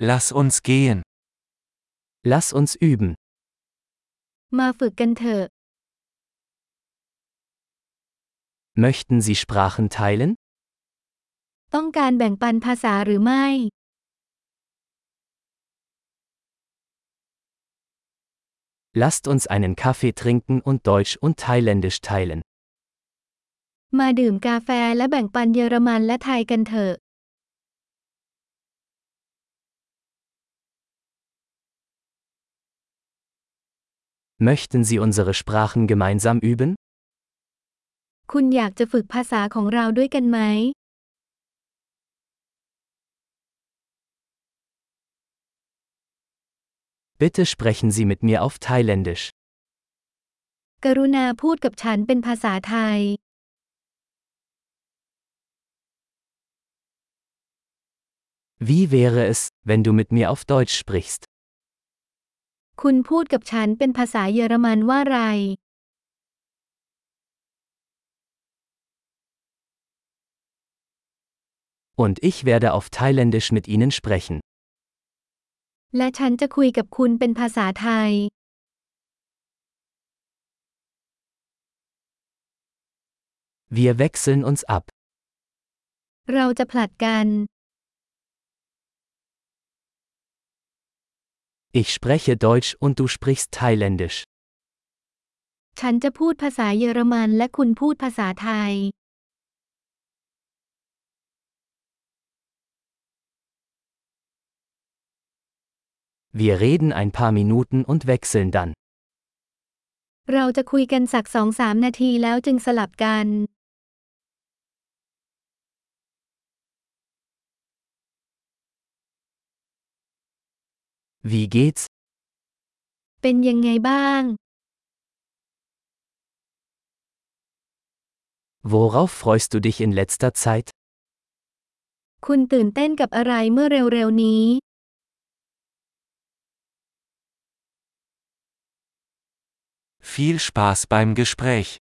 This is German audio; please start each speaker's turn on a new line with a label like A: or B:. A: Lass uns gehen.
B: Lass uns üben.
C: มาฝึกกันเถอะ
B: Möchten Sie Sprachen teilen?
C: ต้องการแบ่งปันภาษาหรือไม่
B: Lasst uns einen Kaffee trinken und Deutsch und Thailändisch teilen.
C: มาดื่มกาแฟและแบ่งปันเยอรมันและไทยกันเถอะ
B: Möchten Sie unsere Sprachen gemeinsam üben?
C: คุณอยากจะฝึกภาษาของเราด้วยกันไหม
B: Bitte sprechen Sie mit mir auf Thailändisch.
C: กรุณาพูดกับฉันเป็นภาษาไทย
B: Wie wäre es, wenn du mit mir auf Deutsch sprichst?
C: คุณพูดกับฉันเป็นภาษาเยอรมันว่าไร
B: Und ich werde auf Thailändisch mit Ihnen sprechen.
C: และฉันจะคุยกับคุณเป็นภาษาไทย
B: Wir wechseln uns ab.
C: เราจะผลัดกัน
B: Ich spreche Deutsch und du sprichst Thailändisch.
C: ฉันจะพูดภาษาเยอรมันและคุณพูดภาษาไทย
B: Wir reden ein paar Minuten und wechseln dann.
C: เราจะคุยกันสักสองสามนาทีแล้วจึงสลับกัน
B: Wie geht's?
C: เป็นยังไงบ้าง
B: Worauf freust du dich in letzter Zeit?
C: คุณตื่นเต้นกับอะไรเมื่อเร็วๆนี้
A: Viel Spaß beim Gespräch.